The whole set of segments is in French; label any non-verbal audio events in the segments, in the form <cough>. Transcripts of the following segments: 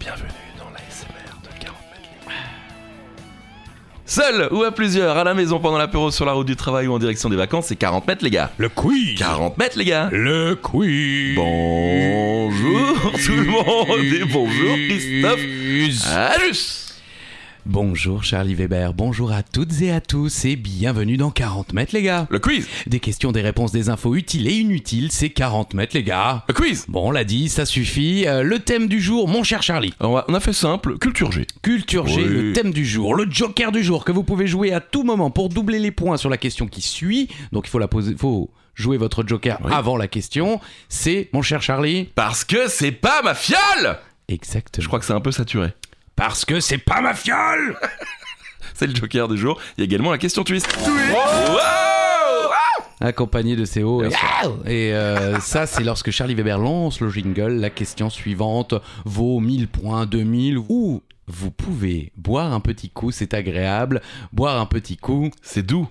Bienvenue dans l'ASMR de 40 mètres, les gars. Seul ou à plusieurs, à la maison, pendant l'apéro, sur la route du travail ou en direction des vacances, c'est 40 mètres, les gars. Le quiz. 40 mètres, les gars. Le quiz. Bonjour <laughs> tout le monde et bonjour Christophe. Ah, Allus Bonjour Charlie Weber, bonjour à toutes et à tous et bienvenue dans 40 mètres les gars. Le quiz Des questions, des réponses, des infos utiles et inutiles, c'est 40 mètres les gars. Le quiz Bon, on l'a dit, ça suffit. Euh, le thème du jour, mon cher Charlie. on, va- on a fait simple, culture G. Culture G, Oui. le thème du jour, le joker du jour que vous pouvez jouer à tout moment pour doubler les points sur la question qui suit. Donc il faut la poser, faut jouer votre joker Oui. avant la question. C'est mon cher Charlie. Parce que c'est pas ma fiole Exactement. Je crois que c'est un peu saturé. Parce que c'est pas ma fiole. C'est le joker du jour. Il y a également la question twist. Wow Accompagné de ses hauts et, et euh, <laughs> ça c'est lorsque Charlie Weber lance le jingle. La question suivante vaut 1000 points, 2000 ou vous pouvez boire un petit coup, c'est agréable. Boire un petit coup. c'est doux.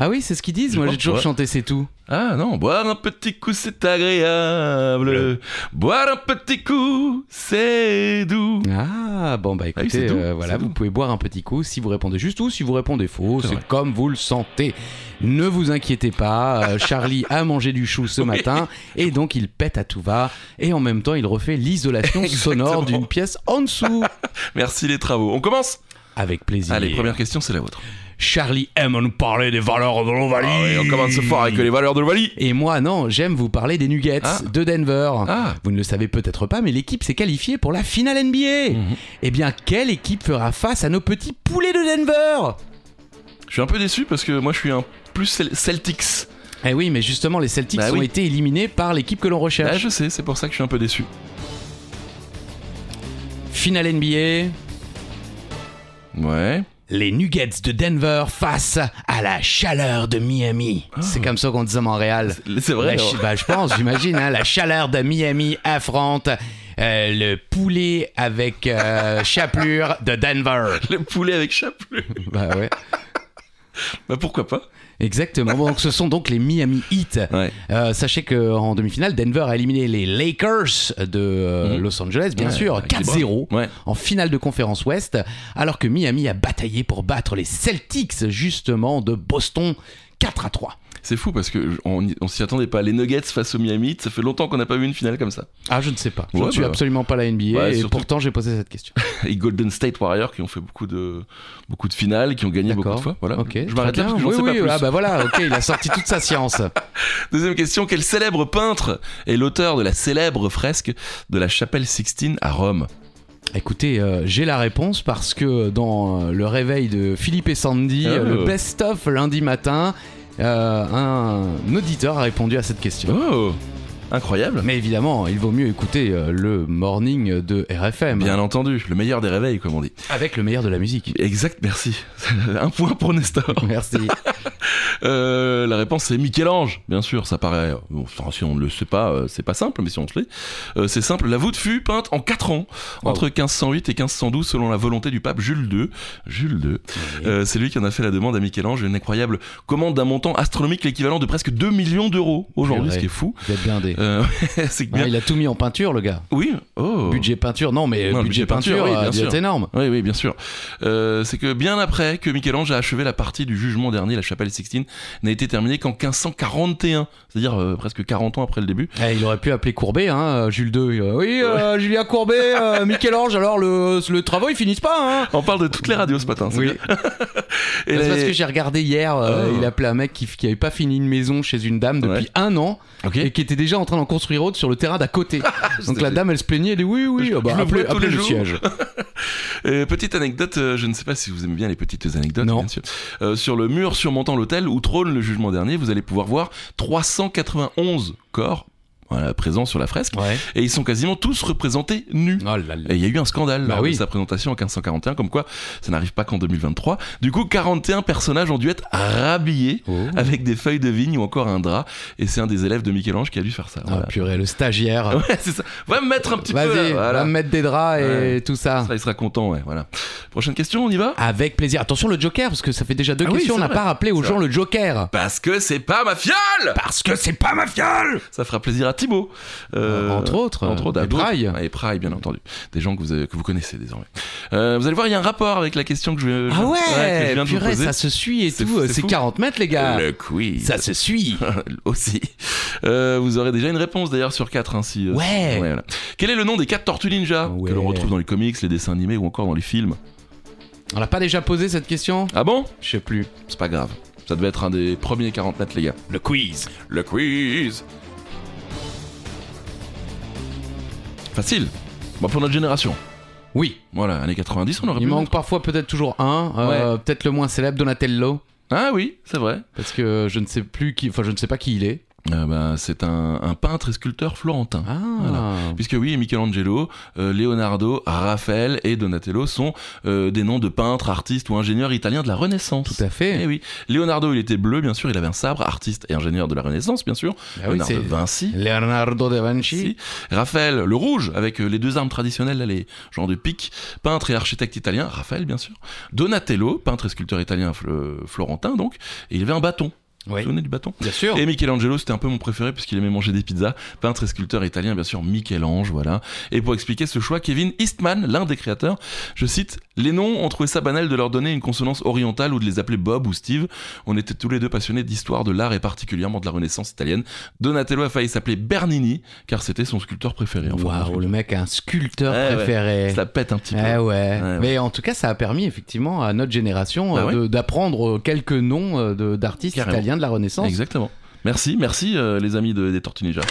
Ah oui, c'est ce qu'ils disent. Je Moi pense j'ai toujours que- chanté c'est tout. Ah non, boire un petit coup c'est agréable. Boire un petit coup c'est doux. Ah bon bah Ah oui, écoutez c'est doux, euh, c'est voilà doux. vous pouvez boire un petit coup si vous répondez juste ou si vous répondez faux C'est c'est vrai. comme vous le sentez ne vous inquiétez <laughs> pas euh, Charlie a mangé du chou ce Oui. matin et donc il pète à tout va et en même temps il refait l'isolation <laughs> sonore Exactement. d'une pièce en dessous Merci les travaux. On commence avec plaisir Allez, première question c'est la vôtre. Charlie aime nous parler des valeurs de l'Ovalie Ah oui, on commence fort avec les valeurs de l'Ovalie. et moi non j'aime vous parler des Nuggets Ah. de Denver Ah vous ne le savez peut-être pas, mais l'équipe s'est qualifiée pour la finale NBA. Mhm. Eh bien, quelle équipe fera face à nos petits poulets de Denver Je suis un peu déçu parce que moi je suis un plus Cel- Celtics. Eh oui, mais justement, les Celtics Bah ont oui. été éliminés par l'équipe que l'on Ah, recherche. je sais, c'est pour ça que je suis un peu déçu. Bah. Finale NBA, Ouais. les Nuggets de Denver face à la chaleur de Miami. C'est comme ça qu'on disait à Montréal. Ah. C'est vrai. hein. La alors. ch- bah, je pense, j'imagine. hein, la chaleur de Miami affronte euh, le poulet <laughs> avec euh, chapelure de Denver. Le poulet avec <laughs> chapelure. Bah ouais, Bah pourquoi pas exactement. Bon, donc, ce sont donc les Miami Heat. Ouais. Euh, sachez qu'en demi-finale, Denver a éliminé les Lakers de euh, Mhm. Los Angeles, bien Ouais, sûr, avec les 4-0 bras. Ouais. en finale de conférence Ouest, alors que Miami a bataillé pour battre les Celtics, justement, de Boston 4 à 3. C'est fou parce que j- on, y- on s'y attendait pas. Les Nuggets face au Miami, Heat, ça fait longtemps qu'on n'a pas vu une finale comme ça. Ah, je ne sais pas. Je Ouais, ne suis bah. absolument pas la NBA Ouais, et surtout- pourtant j'ai posé cette question. Et Golden State Warriors qui ont fait beaucoup de beaucoup de finales, qui ont gagné beaucoup de D'accord. fois. Voilà. Ok. je très m'arrête là bien. parce que j'en oui, sais pas oui, plus. Ah bah <laughs> voilà. Ok, il a sorti toute sa science. Deuxième question quel célèbre peintre est l'auteur de la célèbre fresque de la chapelle Sixtine à Rome Écoutez, euh, j'ai la réponse parce que dans euh, le réveil de Philippe et Sandy, Oh. euh, le best-of lundi matin, euh, un auditeur a répondu à cette question. Oh, incroyable. Mais évidemment, il vaut mieux écouter euh, le morning de RFM Bien entendu, le meilleur des réveils, comme on dit. avec le meilleur de <laughs> la musique. Exact, merci. Un point pour Nestor. Merci. Euh, la réponse c'est Michel-Ange, bien sûr, ça paraît. bon, enfin, si on ne le sait pas, euh, c'est pas simple, mais si on le sait, euh, c'est simple. La voûte fut peinte en 4 ans, Wow. entre 1508 et 1512, selon la volonté du pape Jules II. Jules II, euh, c'est lui qui en a fait la demande à Michel-Ange, une incroyable commande d'un montant astronomique, l'équivalent de presque 2 millions d'euros aujourd'hui, Purée. ce qui est fou. Vous êtes blindé. Euh, <laughs> c'est Hein, bien. il a tout mis en peinture, le gars. Oui, oh. Budget peinture, non, mais euh, Non, le budget, budget peinture, peinture, oui, bien euh, il est sûr. énorme. Oui, oui, bien sûr. Euh, c'est que bien après que Michel-Ange a achevé la partie du jugement dernier, la chapelle Sixtine n'a été terminée qu'en 1541, c'est-à-dire euh, presque 40 ans après le début. Eh, il aurait pu appeler Courbet, hein, euh, Jules II. euh, oui, euh, <laughs> Julien Courbet, <laughs> euh, Michel-Ange, alors le, le travail, ils finissent pas, hein On parle de toutes les radios ce matin. c'est Oui. bien. Et C'est les- parce que j'ai regardé hier, euh, Oh. il appelait un mec qui, qui avait pas fini une maison chez une dame depuis Ouais. un an Ok. <laughs> et qui était déjà en train d'en construire autre sur le terrain <laughs> d'à côté. Donc la dame, elle se plaignait, elle dit oui, oui, Je- ah bah, je le appelez, vois tous appelez les le jours. <laughs> siège. Euh, petite anecdote, euh, je ne sais pas si vous aimez bien les petites anecdotes, Non. bien sûr. Euh, sur le mur surmontant l'hôtel où trône le jugement dernier, vous allez pouvoir voir 391 corps voilà, présents sur la fresque. Ouais. Et ils sont quasiment tous représentés nus. Oh là là. Et il y a eu un scandale Bah lors oui. de sa présentation en 1541, comme quoi ça n'arrive pas qu'en 2023. Du coup, 41 personnages ont dû être rhabillés Oh. avec des feuilles de vigne ou encore un drap. Et c'est un des élèves de Michel-Ange qui a dû faire ça. Ah, Voilà. <laughs> purée, le stagiaire. Ouais, c'est ça. Va me mettre un petit peu. <laughs> Vas-y, là, voilà. va me mettre des draps et Ouais. tout ça. Ça, il sera content, ouais, voilà. Prochaine question, on y va Avec plaisir. Attention, le Joker, parce que ça fait déjà deux Ah oui, questions. c'est on n'a vrai. pas rappelé aux C'est gens le Joker. Parce que c'est pas ma fiole Parce que c'est pas ma fiole Ça fera plaisir à Thibaut. Euh, Entre autres. Entre autres, à et d'autres. Braille. Ouais, Et Praille, bien entendu. Des gens que vous, avez- que vous connaissez désormais. Euh, vous allez voir, il y a un rapport avec la question que je, Ah ouais, ouais, que je viens de vous purée, poser. ça se suit et C'est tout. fou, c'est C'est fou. 40 mètres, les gars. Le quiz. Ça <laughs> se suit. aussi. Euh, vous aurez déjà une réponse d'ailleurs sur hein, 4 ainsi. Ouais. euh, Ah Quel est le nom des 4 tortues ninja Ouais. que l'on retrouve dans les comics, les dessins animés ou encore dans les films On l'a pas déjà posé cette question Ah bon Je sais plus. C'est pas grave. Ça devait être un des premiers 40 mètres, les gars. Le quiz. Le quiz Facile. Bon, pour notre génération. Oui. Voilà, années 90, on aurait Il pu manque mettre. parfois peut-être toujours un. euh, Peut-être le moins célèbre, Donatello. Ah oui, c'est vrai. Parce que je ne sais plus qui. Enfin, je ne sais pas qui il est. Euh, bah, c'est un, un peintre et sculpteur florentin. Ah. Puisque oui, Michelangelo, euh, Leonardo, Raphaël et Donatello sont euh, des noms de peintres, artistes ou ingénieurs italiens de la Renaissance. Tout à fait. Eh oui, Leonardo, il était bleu, bien sûr, il avait un sabre, artiste et ingénieur de la Renaissance, bien sûr. Ah oui, Leonardo c'est- Vinci. Leonardo da Vinci. Si. Raphaël, le rouge, avec euh, les deux armes traditionnelles, là, les genres de pique, peintre et architecte italien, Raphaël bien sûr. Donatello, peintre et sculpteur italien fl- euh, florentin donc, et il avait un bâton. Vous Oui. vous souvenez du bâton Bien sûr. et Michelangelo, c'était un peu mon préféré puisqu'il aimait manger des pizzas. Peintre et sculpteur italien, bien sûr, Michel-Ange, voilà. Et pour expliquer ce choix, Kevin Eastman, l'un des créateurs, je cite Les noms, on trouvait ça banal de leur donner une consonance orientale ou de les appeler Bob ou Steve. On était tous les deux passionnés d'histoire, de l'art et particulièrement de la Renaissance italienne. Donatello a failli s'appeler Bernini car c'était son sculpteur préféré. Enfin, Waouh, le mec a un sculpteur Eh Ouais, ouais. préféré. Ça pète un petit peu. Eh ouais. ouais. Mais en tout cas, ça a permis effectivement à notre génération Bah euh, ouais. de- d'apprendre quelques noms euh, de- d'artistes Carrément. italiens de la Renaissance. Exactement. Merci, merci euh, les amis de- des Tortues Ninja.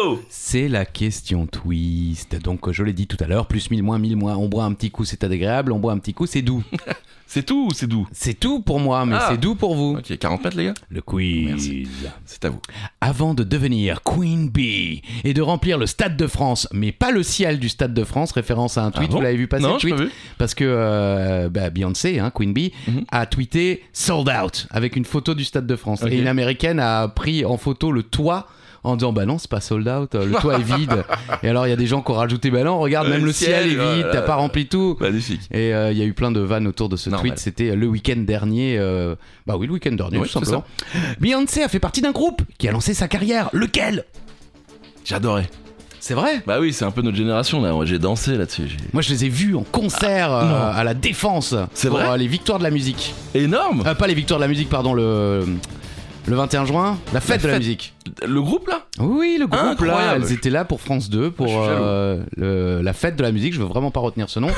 Wow C'est la question twist. Donc, euh, je l'ai dit tout à l'heure, plus 1000, moins 1000, moins. On boit un petit coup, c'est agréable. On boit un petit coup, c'est doux. c'est tout ou c'est doux C'est tout pour moi, mais Ah. c'est doux pour vous. Ok, 40 mètres les gars, Le quiz. Merci. c'est à vous. Avant de devenir Queen Bee et de remplir le Stade de France, mais pas le ciel du Stade de France, référence à un tweet, Ah bon vous l'avez vu passer non, le je tweet peux vu. Parce que euh, bah, Beyoncé, hein, Queen Bee, Mhm. a tweeté sold out avec une photo du Stade de France. Ok. Et une américaine a pris en photo le toit en disant bah non c'est pas sold out euh, le toit est vide et alors il y a des gens qui ont rajouté bah non regarde Euh, même le le ciel, ciel, euh, est vide voilà. t'as pas rempli tout Magnifique. et euh, il y a eu plein de vannes autour de ce Normal. tweet c'était euh, le week-end dernier euh, bah oui le week-end dernier Oui, tout simplement Beyoncé a fait partie d'un groupe qui a lancé sa carrière lequel J'adorais. c'est vrai Bah oui, c'est un peu notre génération là. Moi, J'ai dansé là-dessus. j'ai- moi je les ai vus en concert euh, Ah, non. à la défense C'est pour vrai euh, les victoires de la musique Énorme. Euh, pas les victoires de la musique, pardon, le, le 21 juin, la fête La de la fête. musique. Le groupe là. Oui, le groupe là, Incroyable. Ah, elles étaient là pour France 2 Je pour suis jaloux. euh, le- la fête de la musique, je veux vraiment pas <laughs> retenir ce nom.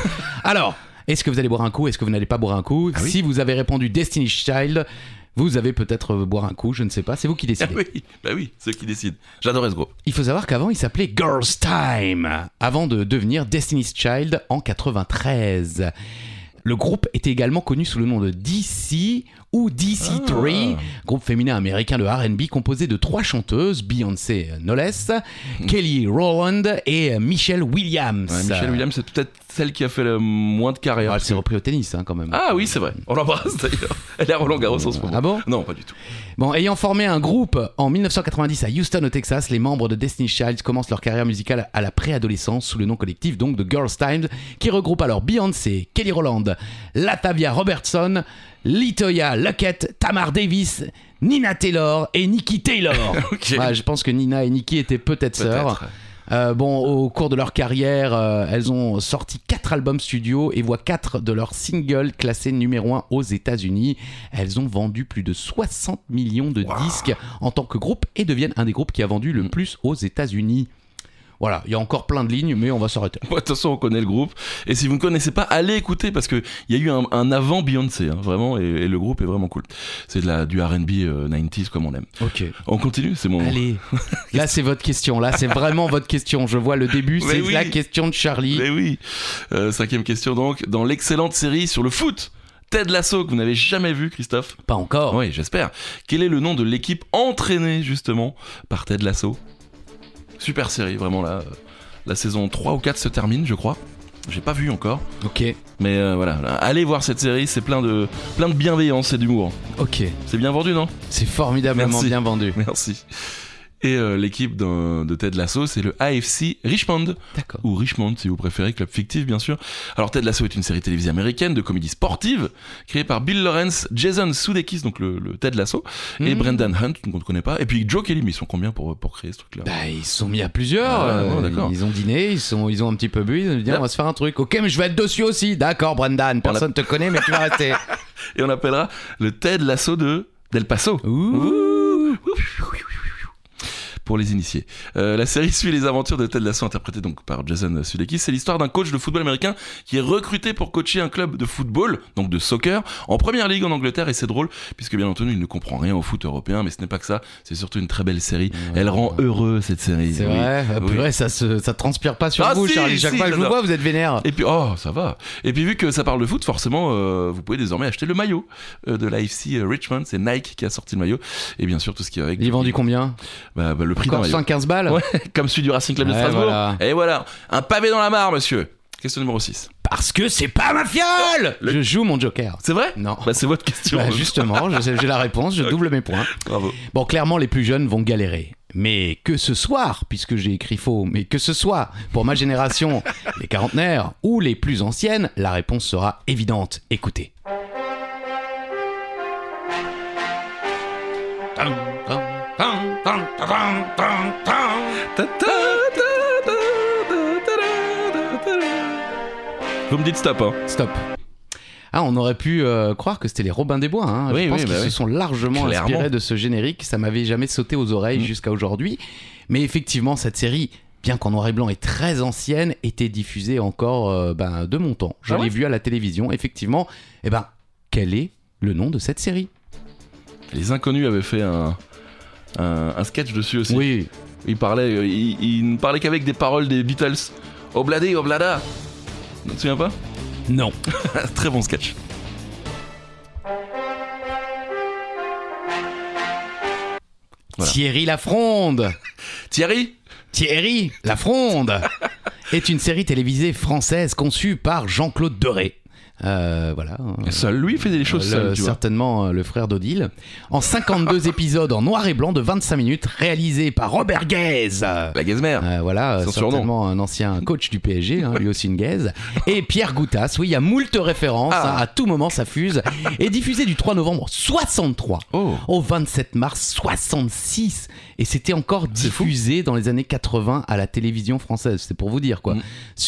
Alors, est-ce que vous allez boire un coup Est-ce que vous n'allez pas boire un coup Ah oui. Si vous avez répondu Destiny Child, vous avez peut-être euh, boire un coup, je ne sais pas, c'est vous qui Ah décidez. oui. Bah oui, ceux qui décident. J'adorais ce groupe. Il faut savoir qu'avant, il s'appelait Girls Time, avant de devenir Destiny's Child en 93. Le groupe était également connu sous le nom de DC ou Ah. DC3, groupe féminin américain de RB composé de trois chanteuses, Beyoncé Knowles, Kelly Rowland et Michelle Williams. Mm. Ouais, Michelle Williams, c'est peut-être celle qui a fait le moins de carrière. Ah, elle parce s'est que- repris au tennis hein, quand même. Ah oui, c'est vrai. On l'embrasse d'ailleurs. Elle est à Roland Garros en ce moment. Ah bon Non, pas du tout. Bon, ayant formé un groupe en 1990 à Houston au Texas, les membres de Destiny's Child commencent leur carrière musicale à la préadolescence sous le nom collectif donc de Girls Times, qui regroupe alors Beyoncé, Kelly Rowland, Latavia Robertson, Litoya Luckett, Tamar Davis, Nina Taylor et Nikki Taylor. Ok. Ouais, je pense que Nina et Nikki étaient peut-être sœurs. Euh, bon, au cours de leur carrière, euh, elles ont sorti 4 albums studio et voient 4 de leurs singles classés numéro 1 aux États-Unis. Elles ont vendu plus de 60 millions de disques en tant que groupe et deviennent un des groupes qui a vendu le plus aux États-Unis. Voilà, il y a encore plein de lignes, mais on va s'arrêter. Bon, de toute façon, on connaît le groupe. Et si vous ne connaissez pas, allez écouter parce qu'il y a eu un, un avant Beyoncé, hein, vraiment, et, et le groupe est vraiment cool. C'est de la, du RB euh, 90s comme on aime. Ok. On continue, c'est mon. <laughs> Allez, là c'est votre question, là c'est vraiment votre question. Je vois le début, Mais c'est oui. Eh la question de Charlie. Mais oui. Euh, cinquième question donc. Dans l'excellente série sur le foot, Ted Lasso que vous n'avez jamais vu, Christophe. Pas encore. Oui, j'espère. Quel est le nom de l'équipe entraînée justement par Ted Lasso Super série, vraiment là. euh, La saison 3 ou 4 se termine, je crois. J'ai pas vu encore. Ok, Mais euh, voilà, là, allez voir cette série, c'est plein de, plein de bienveillance et d'humour. ok. C'est bien vendu, non <laughs> C'est formidablement Merci. bien vendu. Merci. Et euh, l'équipe d'un- de Ted Lasso, c'est le AFC Richmond, D'accord. ou Richmond si vous préférez, club fictif bien sûr. Alors Ted Lasso est une série télévisée américaine de comédie sportive, créée par Bill Lawrence, Jason Sudeikis, donc le, le Ted Lasso, et Mhm. Brendan Hunt, qu'on ne connaît pas, et puis Joe Kelly, mais ils sont combien pour, pour créer ce truc-là Bah, ils se sont mis à plusieurs. Ah, non, euh, d'accord. ils ont dîné, ils, sont, ils ont un petit peu bu, ils ont dit on va se faire un truc. Ok, mais je vais être dessus aussi. D'accord, Brendan, On l'a- personne te connaît, mais tu <laughs> vas rester. Et on appellera le Ted Lasso de Del Paso. Ouh. pour les initiés. Euh, la série suit les aventures de Ted Lasso, interprété donc par Jason Sudeikis. C'est l'histoire d'un coach de football américain qui est recruté pour coacher un club de football, donc de soccer, en première ligue en Angleterre. Et c'est drôle, puisque bien entendu, il ne comprend rien au foot européen, mais ce n'est pas que ça. C'est surtout une très belle série. Elle rend heureux cette série. C'est oui. vrai, Ah, Oui. purée, ça, se, ça transpire pas sur Ah, vous, si, Charlie. Chaque si, fois que je vous j'adore. vois, vous êtes vénère. Et puis, oh, ça va. Et puis, vu que ça parle de foot, forcément, euh, vous pouvez désormais acheter le maillot euh, de l'AFC Richmond. C'est Nike qui a sorti le maillot. Et bien sûr, tout ce qui est avec. euh, Il est vendu combien Bah, bah, le prix d'un Encore maillot. 115 balles Ouais, comme celui du Racing Club de Ouais, Strasbourg. voilà. Et voilà, un pavé dans la mare, monsieur. Question numéro 6. Parce que c'est pas ma fiole Le- Je joue mon joker. C'est vrai Non. Bah, c'est votre question. Bah, justement, je sais- j'ai la réponse, je double mes points. Bravo. Bon, clairement, les plus jeunes vont galérer. Mais que ce soir, puisque j'ai écrit faux, mais que ce soit pour <laughs> ma génération, les quarantenaires ou les plus anciennes, la réponse sera évidente. Écoutez. Ta- ta- ta- ta- ta- ta- ta- Vous me dites stop, hein. Stop. Ah, on aurait pu euh, croire que c'était les Robins des Bois. hein. Oui, Je pense oui, qu'ils bah se oui. sont largement Clairement. inspirés de ce générique. Ça m'avait jamais sauté aux oreilles Mm. jusqu'à aujourd'hui. Mais effectivement, cette série, bien qu'en noir et blanc et très ancienne, était diffusée encore euh, ben, de mon temps. Je Ah l'ai ouais vue à la télévision. Effectivement, eh ben, quel est le nom de cette série Les inconnus avaient fait un. Un, un sketch dessus aussi. Oui, Il parlait, euh, il, il ne parlait qu'avec des paroles des Beatles. Obladé, oblada. Tu te souviens pas non. <laughs> Très bon sketch. Voilà. Thierry Lafronde Thierry Thierry <laughs> La Fronde est une série télévisée française conçue par Jean-Claude Doré. Euh, voilà. Seul, lui, il faisait les choses Le- seul, tu vois. certainement euh, le frère d'Odile. <laughs> En 52 épisodes en noir et blanc de 25 minutes, réalisé par Robert Guez. Euh, La gazmère. voilà, euh, Son surnom. certainement un ancien coach du PSG, hein, lui aussi <laughs> une gaze. Et Pierre Goutas, oui, il y a moult références, Ah. hein, à tout moment ça fuse. Et diffusé du 3 novembre 63 Oh. au 27 mars 66 et c'était encore C'est fou. diffusé dans les années 80 à la télévision française c'est pour vous dire quoi Mm.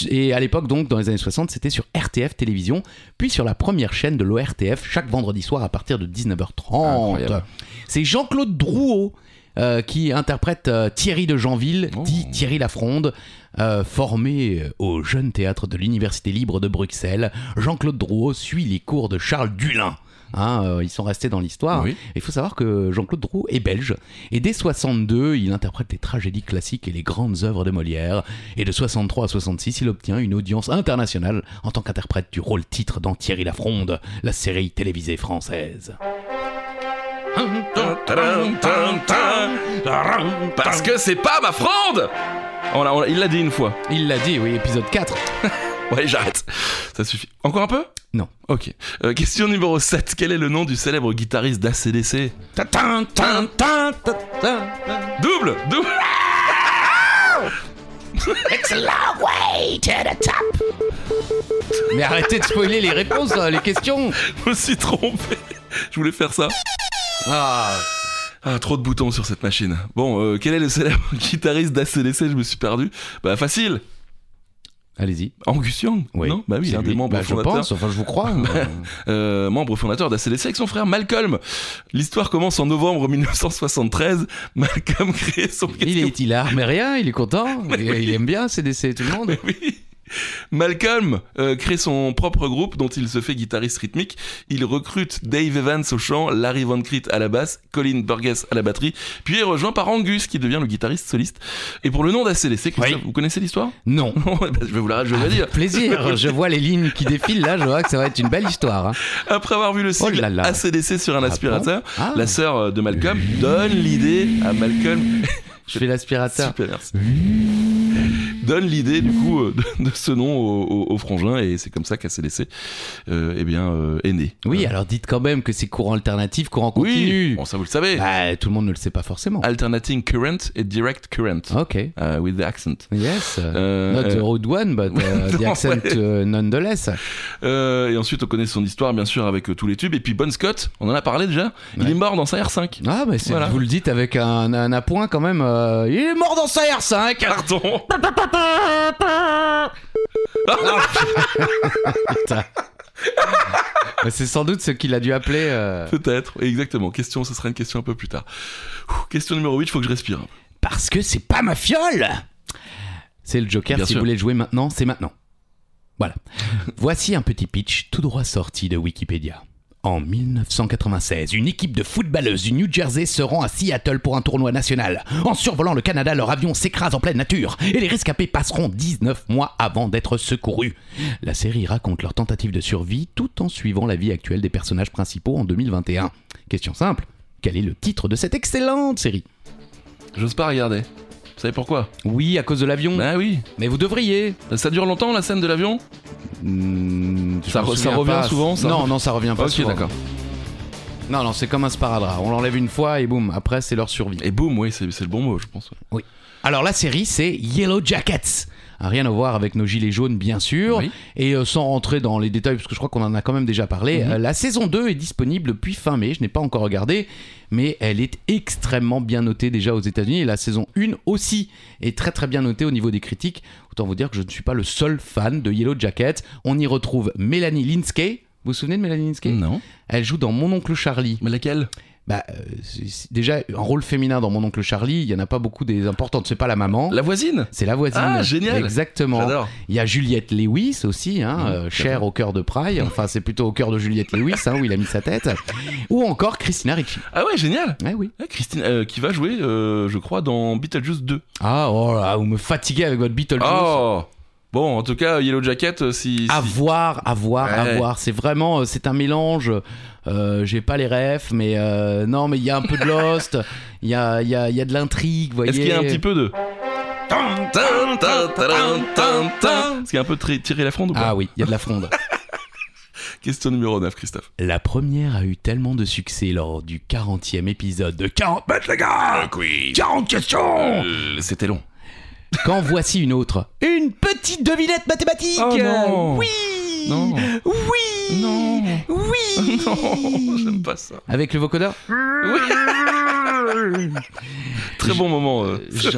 et à l'époque donc dans les années 60 c'était sur RTF télévision puis sur la première chaîne de l'ORTF chaque vendredi soir à partir de 19h30 Incroyable. c'est Jean-Claude Drouot euh, qui interprète euh, Thierry de Genville, Oh. dit Thierry Lafronde, euh, formé au Jeune Théâtre de l'Université Libre de Bruxelles. Jean-Claude Drouot suit les cours de Charles Dulin. Hein, euh, ils sont restés dans l'histoire. Oui. Il faut savoir que Jean-Claude Drouot est belge et dès 62, il interprète les tragédies classiques et les grandes œuvres de Molière. Et de 63 à 66, il obtient une audience internationale en tant qu'interprète du rôle titre dans Thierry Lafronde, la série télévisée française. Parce que c'est pas ma fronde On l'a- on l'a- Il l'a dit une fois. Il l'a dit, oui, épisode 4. Ouais, j'arrête. Ça suffit. Encore un peu Non. Ok. Euh, question numéro 7. Quel est le nom du célèbre guitariste d'ACDC Double Double <laughs> Mais arrêtez de spoiler les réponses, euh, les questions. Je me suis trompé. Je voulais faire ça. Ah, Ah, trop de boutons sur cette machine. Bon, euh, quel est le célèbre <laughs> guitariste d'ACDC Je me suis perdu. Bah, facile Allez-y. Angus Young Oui. Non Bah oui, c'est un des lui. membres Bah, Je fondateurs. pense, enfin je vous crois. hein. <laughs> Euh, membre fondateur d'ACDC avec son frère Malcolm. L'histoire commence en novembre 1973. <laughs> Malcolm crée son il est hilar, mais rien, il est content. Il, il aime bien CDC, tout le monde. <laughs> Oui. Malcolm euh, crée son propre groupe dont il se fait guitariste rythmique. Il recrute Dave Evans au chant, Larry Van Cleet à la basse, Colin Burgess à la batterie, puis est rejoint par Angus qui devient le guitariste soliste. Et pour le nom d'ACDC, Christophe, Oui. vous connaissez l'histoire Non. <laughs> Bon, eh ben, Je vais vous la je vais la Avec dire. <laughs> plaisir, je vois les lignes qui défilent là, je vois que ça va être une belle histoire. hein. Après avoir vu le Oh sigle là là. ACDC sur un Ah aspirateur, Ah, la sœur euh, de Malcolm donne l'idée à <laughs> Malcolm. je fais l'aspirateur. Super, merci. Donne l'idée du coup euh, de, de ce nom au, au- au frangin et c'est comme ça qu'ACDC euh, eh bien, euh, est né. Oui, Euh, alors dites quand même que c'est courant alternatif, courant oui, continu. bon, ça vous le savez. Bah, tout le monde ne le sait pas forcément. Alternating current et direct current. Ok. Euh, with the accent. Yes. Euh, Not the euh, road <laughs> one, but uh, the Non, accent ouais. uh, nonetheless. euh, et ensuite, on connaît son histoire, bien sûr, avec euh, tous les tubes. Et puis, Bon Scott, on en a parlé déjà. Il Ouais. est mort dans sa R5. Ah, bah, c'est- Voilà. vous le dites avec un, un appoint quand même. euh, il est mort dans sa R5 Pardon <laughs> Bah, C'est sans doute ce qu'il a dû appeler. euh, Peut-être, exactement. Question, ce sera une question un peu plus tard. Ouh, question numéro 8, il faut que je respire. Parce que c'est pas ma fiole C'est le Joker, Bien si sûr. vous voulez le jouer maintenant, c'est maintenant. <laughs> Voilà. Voici un petit pitch tout droit sorti de Wikipédia. En 1996, une équipe de footballeuses du New Jersey se rend à Seattle pour un tournoi national. En survolant le Canada, leur avion s'écrase en pleine nature et les rescapés passeront 19 mois avant d'être secourus. La série raconte leur tentative de survie tout en suivant la vie actuelle des personnages principaux en 2021. Question simple, quel est le titre de cette excellente série J'ose pas regarder. Vous savez pourquoi Oui, à cause de l'avion. Ah oui. Mais vous devriez. Ça dure longtemps la scène de l'avion Mmh, je Ça me re- ça souviens revient pas. souvent, ça Non, non, ça revient pas Ok, souvent. d'accord. Non, non, c'est comme un sparadrap. On l'enlève une fois et boum, après c'est leur survie. Et boum, oui, c'est c'est le bon mot, je pense. Alors la série, c'est Yellow Jackets. Ah, Rien à voir avec nos gilets jaunes, bien sûr. Oui. Et euh, sans rentrer dans les détails, parce que je crois qu'on en a quand même déjà parlé, Mhm. euh, la saison 2 est disponible depuis fin mai. Je n'ai pas encore regardé, mais elle est extrêmement bien notée déjà aux États-Unis. Et la saison 1 aussi est très très bien notée au niveau des critiques. Autant vous dire que je ne suis pas le seul fan de Yellow Jackets. On y retrouve Mélanie Linsky. Vous vous souvenez de Mélanie Linsky Non. Elle joue dans Mon oncle Charlie. Mais laquelle Bah, euh, c'est- c'est- déjà, un rôle féminin dans Mon oncle Charlie, il n'y en a pas beaucoup des importantes. C'est pas la maman. La voisine C'est la voisine. Ah, génial. Exactement. J'adore. Il y a Juliette Lewis aussi, hein, Mhm, euh, chère au cœur de Pry. Enfin, c'est plutôt au cœur de Juliette Lewis hein, où il a mis <laughs> sa tête. Ou encore Christina Ricci. Ah ouais, génial Eh oui. Ah, Christine, euh, qui va jouer, euh, je crois, dans Beetlejuice 2. Ah, oh là, vous me fatiguez avec votre Beatles. Oh Bon, en tout cas, Yellow Jacket, euh, si. À si- voir, à voir, Ouais. à voir. C'est vraiment, euh, c'est un mélange. Euh, J'ai pas les refs, mais euh, non, mais il y a un peu de Lost. Il y a, il y a- il y a de l'intrigue, voyez. Est-ce qu'il y a un petit peu de. Tan, tan, tan, tan, tan, tan. Est-ce qu'il y a un peu de tirer la fronde ou pas Ah oui, il y a de la fronde. Question numéro 9, Christophe. La première a eu tellement de succès lors du 40e épisode de 40 mètres, les gars 40 questions Euh, C'était long. Quand voici une autre. Une petite devinette mathématique Oh non. Oui Non. Oui Non. Oui <laughs> Non, j'aime pas ça. Avec le vocodeur <laughs> Très bon moment. euh. Je-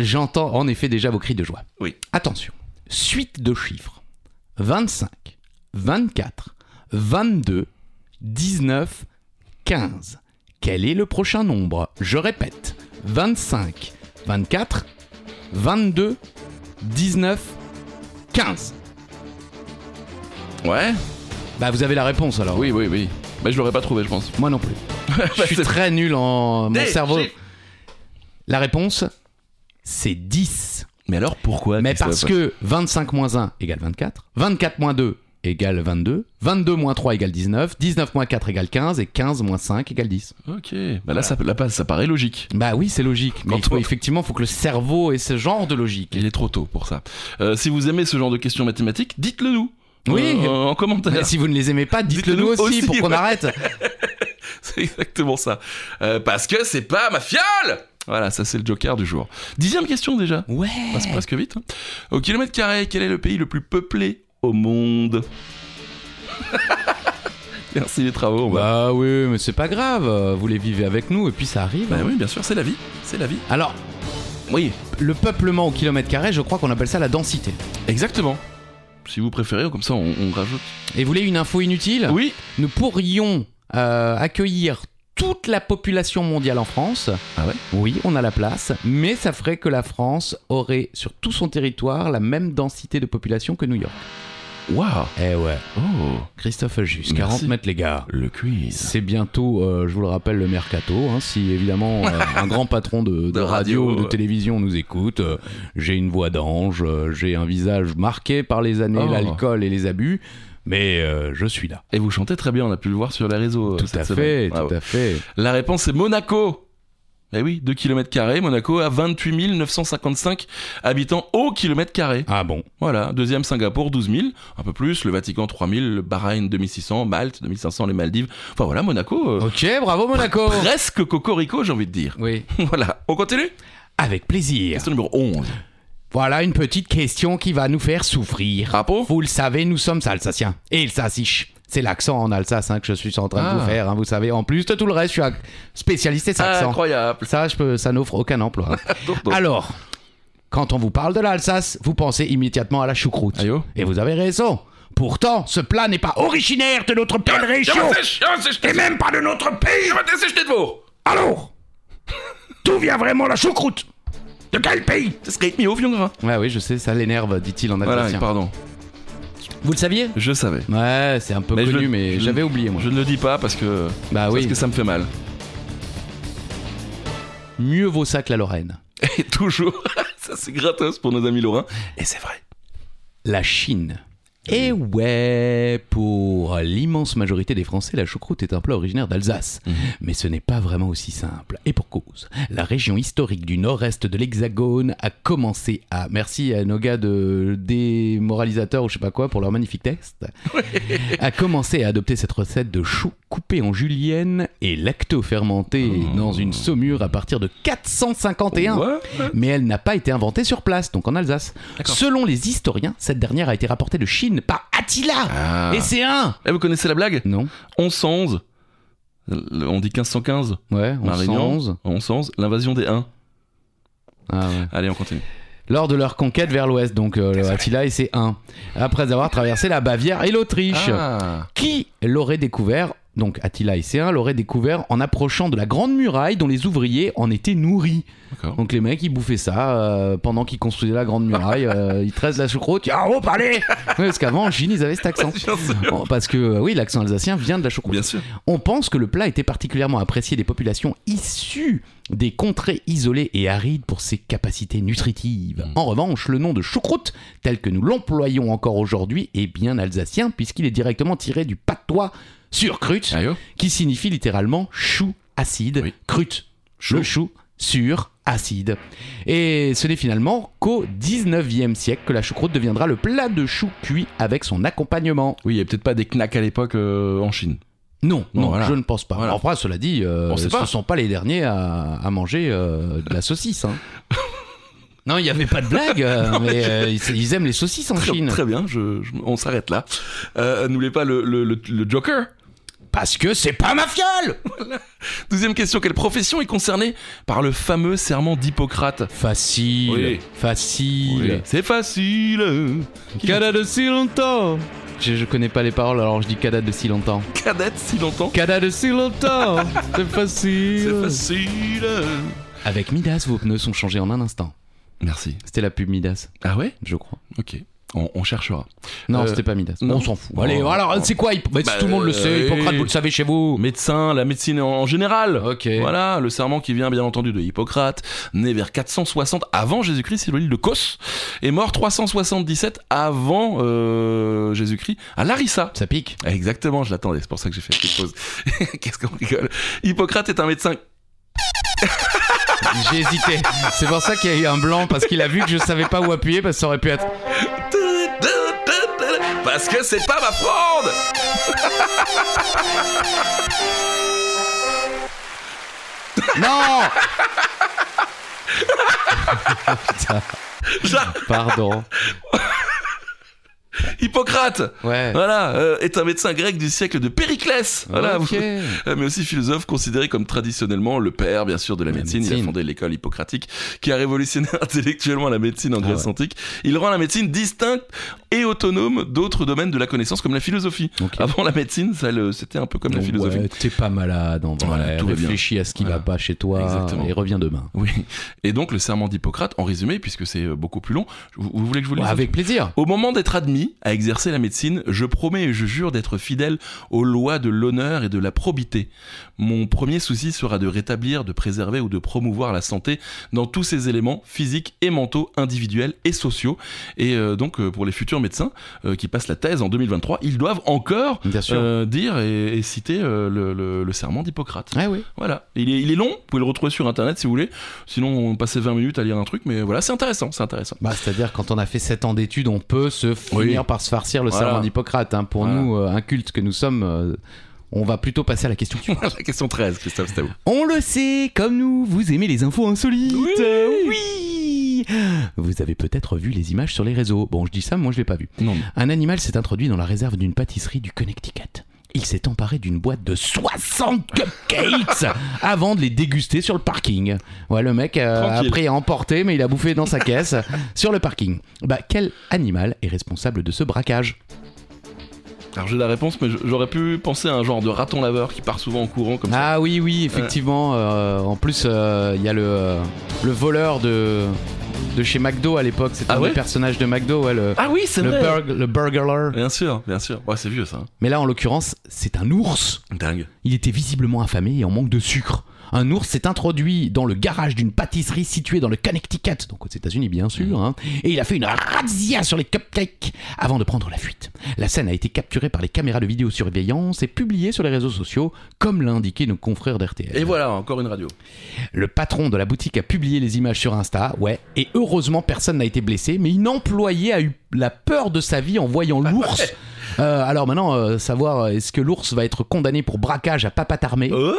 J'entends en effet déjà vos cris de joie. Oui. Attention, suite de chiffres. 25, 24, 22, 19, 15. Quel est le prochain nombre Je répète, 25, 24, 22, 19, 15. Ouais. Bah vous avez la réponse alors. Oui, oui, oui. Bah, je l'aurais pas trouvé, je pense. Moi non <laughs> plus. Je suis c'est- très nul en mon Des cerveau. chiffres. La réponse, c'est 10. Mais alors pourquoi Mais parce que 25 moins 1 égale 24, 24 moins 2 égale 22, 22 moins 3 égale 19, 19 moins 4 égale 15 et 15 moins 5 égale 10. Ok. Bah là, ça, là, ça paraît logique. Bah oui, c'est logique. Mais Quand il faut- on- effectivement, il faut que le cerveau ait ce genre de <laughs> logique. Il est trop tôt pour ça. Euh, si vous aimez ce genre de questions mathématiques, dites-le nous. Oui. Euh, en commentaire. Mais si vous ne les aimez pas, dites-le Dites-le nous aussi, aussi, pour qu'on ouais. arrête. <laughs> C'est exactement ça. Euh, parce que c'est pas ma fiole Voilà, ça c'est le joker du jour. Dixième question déjà. Ouais. On Passe presque vite. hein. Au kilomètre carré, quel est le pays le plus peuplé au monde <laughs> Merci les travaux. on va- Bah oui, mais c'est pas grave. euh, Vous les vivez avec nous et puis ça arrive. Bah oui, bien sûr, c'est la vie. C'est la vie. Alors, Oui, le peuplement au kilomètre carré, je crois qu'on appelle ça la densité. exactement. Si vous préférez, comme ça on, on rajoute. Et vous voulez une info inutile Oui, Nous pourrions euh, accueillir toute la population mondiale en France. Ah ouais Oui, on a la place, mais ça ferait que la France aurait sur tout son territoire la même densité de population que New York. Waouh Eh ouais, Oh Christophe Jus, Merci. 40 mètres les gars. Le quiz C'est bientôt, euh, je vous le rappelle, le mercato. hein. si évidemment euh, un grand patron de, de De radio, radio, de ouais. télévision nous écoute, euh, j'ai une voix d'ange, euh, j'ai un visage marqué par les années, Oh. l'alcool et les abus, mais euh, je suis là. Et vous chantez très bien, on a pu le voir sur les réseaux. euh, Tout cette à fait, semaine. tout Ah ouais. à fait. La réponse est Monaco Eh oui, 2 km, Monaco a 28 955 habitants au kilomètre carré. Ah bon, Voilà, deuxième Singapour, 12 000, un peu plus, le Vatican, 3 000, le Bahreïn, 2600, Malte, 2500, les Maldives. Enfin voilà, Monaco, euh, ok, bravo Monaco. presque cocorico, j'ai envie de dire. <laughs> Oui, voilà, on continue avec plaisir. Question numéro 11. Voilà une petite question qui va nous faire souffrir. Rapport Vous le savez, nous sommes alsaciens. Et alsaciches. C'est l'accent en Alsace hein, que je suis en train de vous Ah. faire, hein, vous savez. En plus de tout le reste, je suis un spécialiste des accents. Incroyable <laughs> Ça, je peux, ça n'offre aucun emploi. Donc, donc. Alors, quand on vous parle de l'Alsace, vous pensez immédiatement à la choucroute. Aïe, oh. Et vous avez raison. Pourtant, ce plat n'est pas originaire de notre belle région. Et même pas de notre pays. Alors, d'où vient vraiment la choucroute De quel pays Das geht mir auf, Junge. Ouais, oui, je sais, ça l'énerve, dit-il en Voilà, alsacien. pardon, vous le saviez je savais. Ouais, c'est un peu Mais je connu, le- mais je- j'avais oublié, moi. Je ne le dis pas parce que, Bah parce oui, que ça me fait mal. mieux vaut ça que la Lorraine. <laughs> Et toujours, <laughs> ça c'est gratos pour nos amis lorrains. Et c'est vrai. La Chine. Et ouais, pour l'immense majorité des Français, la choucroute est un plat originaire d'Alsace. Mhm. Mais ce n'est pas vraiment aussi simple. Et pour cause, la région historique du nord-est de l'Hexagone a commencé à... Merci à nos gars de démoralisateurs ou je sais pas quoi pour leur magnifique texte. a commencé à adopter cette recette de chou coupé en julienne et lacto-fermenté Oh. dans une saumure à partir de 451 Ouais. mais elle n'a pas été inventée sur place, donc en Alsace. D'accord. Selon les historiens, cette dernière a été rapportée de Chine par Attila. Ah. Et c'est un Eh, vous connaissez la blague Non 1111. Le- On dit 1515. Ouais, La Réunion. 1111. 1111, l'invasion des Huns. Ah ouais. Allez, on continue. Lors de leur conquête vers l'ouest, donc euh, Attila et ses 1, après avoir traversé la Bavière et l'Autriche. Ah. <laughs> Qui l'aurait découvert donc Attila et ses 1 l'auraient découvert en approchant de la grande muraille dont les ouvriers en étaient nourris. D'accord. Donc les mecs ils bouffaient ça euh, pendant qu'ils construisaient la grande muraille, euh, ils tressent la choucroute, ah hop allez <laughs> Ouais, Parce qu'avant en Chine ils avaient cet accent. Bien sûr. Bon, parce que euh, oui, l'accent alsacien vient de la choucroute. Bien sûr. On pense que le plat était particulièrement apprécié des populations issues des contrées isolées et arides pour ses capacités nutritives. Mm. En revanche, le nom de choucroute, tel que nous l'employons encore aujourd'hui, est bien alsacien puisqu'il est directement tiré du patois surcrute, Aïe, oh. qui signifie littéralement chou acide, Oui. crute, le chou sur acide. Et ce n'est finalement qu'au 19e siècle que la choucroute deviendra le plat de chou cuit avec son accompagnement. Oui, il n'y a peut-être pas des knacks à l'époque euh, en Chine. Non, Bon, non, voilà. je ne pense pas. Voilà. Enfin, cela dit, euh, On sait ce pas. sont pas les derniers à, à manger euh, de la <laughs> saucisse. hein. non, il n'y avait pas de blague, euh, mais euh, ils, ils aiment les saucisses en Très, Chine. très bien, je- je- on s'arrête là. Euh, N'oubliez pas le, le- le- le Joker. Parce que c'est pas ma fiole Deuxième question, quelle profession est concernée par le fameux serment d'Hippocrate Facile, Oui. Oui. facile. C'est facile Cada de si longtemps je, je connais pas les paroles, alors je dis cada de si longtemps. Cadette si longtemps Cada de si <laughs> longtemps C'est C'est facile facile Avec Midas, vos pneus sont changés en un instant. Merci. C'était la pub Midas, Ah ouais je crois. Ok. On, on cherchera. Non, Euh, c'était pas Midas. non. On s'en fout. Bon. Allez, alors c'est quoi Hippo- mais Bah, Tout le monde le sait, euh, Hippocrate, oui. vous le savez chez vous. Médecin, la médecine en, en général. Ok. Voilà, le serment qui vient bien entendu de Hippocrate, né vers 460 avant Jésus-Christ sur l'île de Kos, et mort 377 avant euh, Jésus-Christ à Larissa. Ça pique. Ah, Exactement, je l'attendais, c'est pour ça que j'ai fait cette pause. <laughs> Qu'est-ce qu'on rigole Hippocrate est un médecin. J'ai hésité. C'est pour ça qu'il y a eu un blanc, parce qu'il a vu que je savais pas où appuyer, parce que ça aurait pu être. Parce que c'est pas ma fronde Non Putain, J'a- Pardon. Hippocrate Ouais. voilà, euh, est un médecin grec du siècle de Périclès. Voilà, Ok. Euh, mais aussi philosophe considéré comme traditionnellement le père, bien sûr, de la La médecine. Il a médecine. fondé l'école hippocratique qui a révolutionné <laughs> intellectuellement la médecine en Ah Grèce ouais. antique. Il rend la médecine distincte et autonome d'autres domaines de la connaissance comme la philosophie. Ok. Avant la médecine, ça, le- c'était un peu comme Ah, la Bon, philosophie. ouais, T'es pas malade en vrai. Voilà, tout va bien. Réfléchis à ce qui Voilà. va pas chez toi Exactement. et reviens demain. Oui. Et donc le serment d'Hippocrate, en résumé, puisque c'est euh, beaucoup plus long, vous, vous voulez que je vous le Ouais, dise avec plaisir. Au moment d'être admis à exercer la médecine, je promets et je jure d'être fidèle aux lois de l'honneur et de la probité. Mon premier souci sera de rétablir, de préserver ou de promouvoir la santé dans tous ses éléments physiques et mentaux, individuels et sociaux. Et euh, donc euh, pour les futurs médecins euh, qui passent la thèse en 2023, ils doivent encore Bien sûr. euh, dire et, et citer euh, le, le- le serment d'Hippocrate. Ouais, oui. Voilà, il est, il est long, vous pouvez le retrouver sur internet si vous voulez. Sinon, on passait 20 minutes à lire un truc, mais voilà, c'est intéressant, c'est intéressant. <laughs> Bah, C'est-à-dire, quand on a fait 7 ans d'études, on peut se Oui. finir par se farcir le Voilà. serment d'Hippocrate. hein. Pour Voilà. nous, euh, incultes que nous sommes, euh, on va plutôt passer à la question suivante. La question 13, Christophe, c'est à vous. On le sait, comme nous, vous aimez les infos insolites. Oui. Euh, oui. Vous avez peut-être vu les images sur les réseaux. Bon, je dis ça, moi je l'ai pas vu. Non, Un animal s'est introduit dans la réserve d'une pâtisserie du Connecticut. Il s'est emparé d'une boîte de 60 cupcakes <laughs> avant de les déguster sur le parking. Ouais, le mec, euh, Tranquille. après, a emporté, mais il a bouffé dans sa caisse sur le parking. Bah, quel animal est responsable de ce braquage Alors j'ai la réponse, mais je- j'aurais pu penser à un genre de raton laveur qui part souvent en courant comme ça. Ah oui, oui, effectivement. euh, en plus, euh, il y a le, euh, le voleur de, de chez McDo à l'époque. C'était Ah un ouais des personnages de McDo, ouais, le, Ah oui, c'est le, burg- le burglar. Bien sûr, bien sûr. Ouais, c'est vieux ça. hein. Mais là, en l'occurrence, c'est un ours. Dingue. Il était visiblement affamé et en manque de sucre. Un ours s'est introduit dans le garage d'une pâtisserie située dans le Connecticut, donc aux États-Unis bien sûr, Mm. hein, et il a fait une razzia sur les cupcakes avant de prendre la fuite. La scène a été capturée par les caméras de vidéosurveillance et publiée sur les réseaux sociaux, comme l'a indiqué nos confrères d'RTL. Et voilà, encore une radio. Le patron de la boutique a publié les images sur Insta, ouais, et heureusement personne n'a été blessé, mais une employée a eu la peur de sa vie en voyant l'ours. Euh, alors maintenant, euh, savoir euh, est-ce que l'ours va être condamné pour braquage à papate armée Oh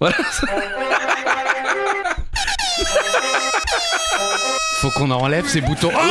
voilà, Faut qu'on enlève ces boutons. Ah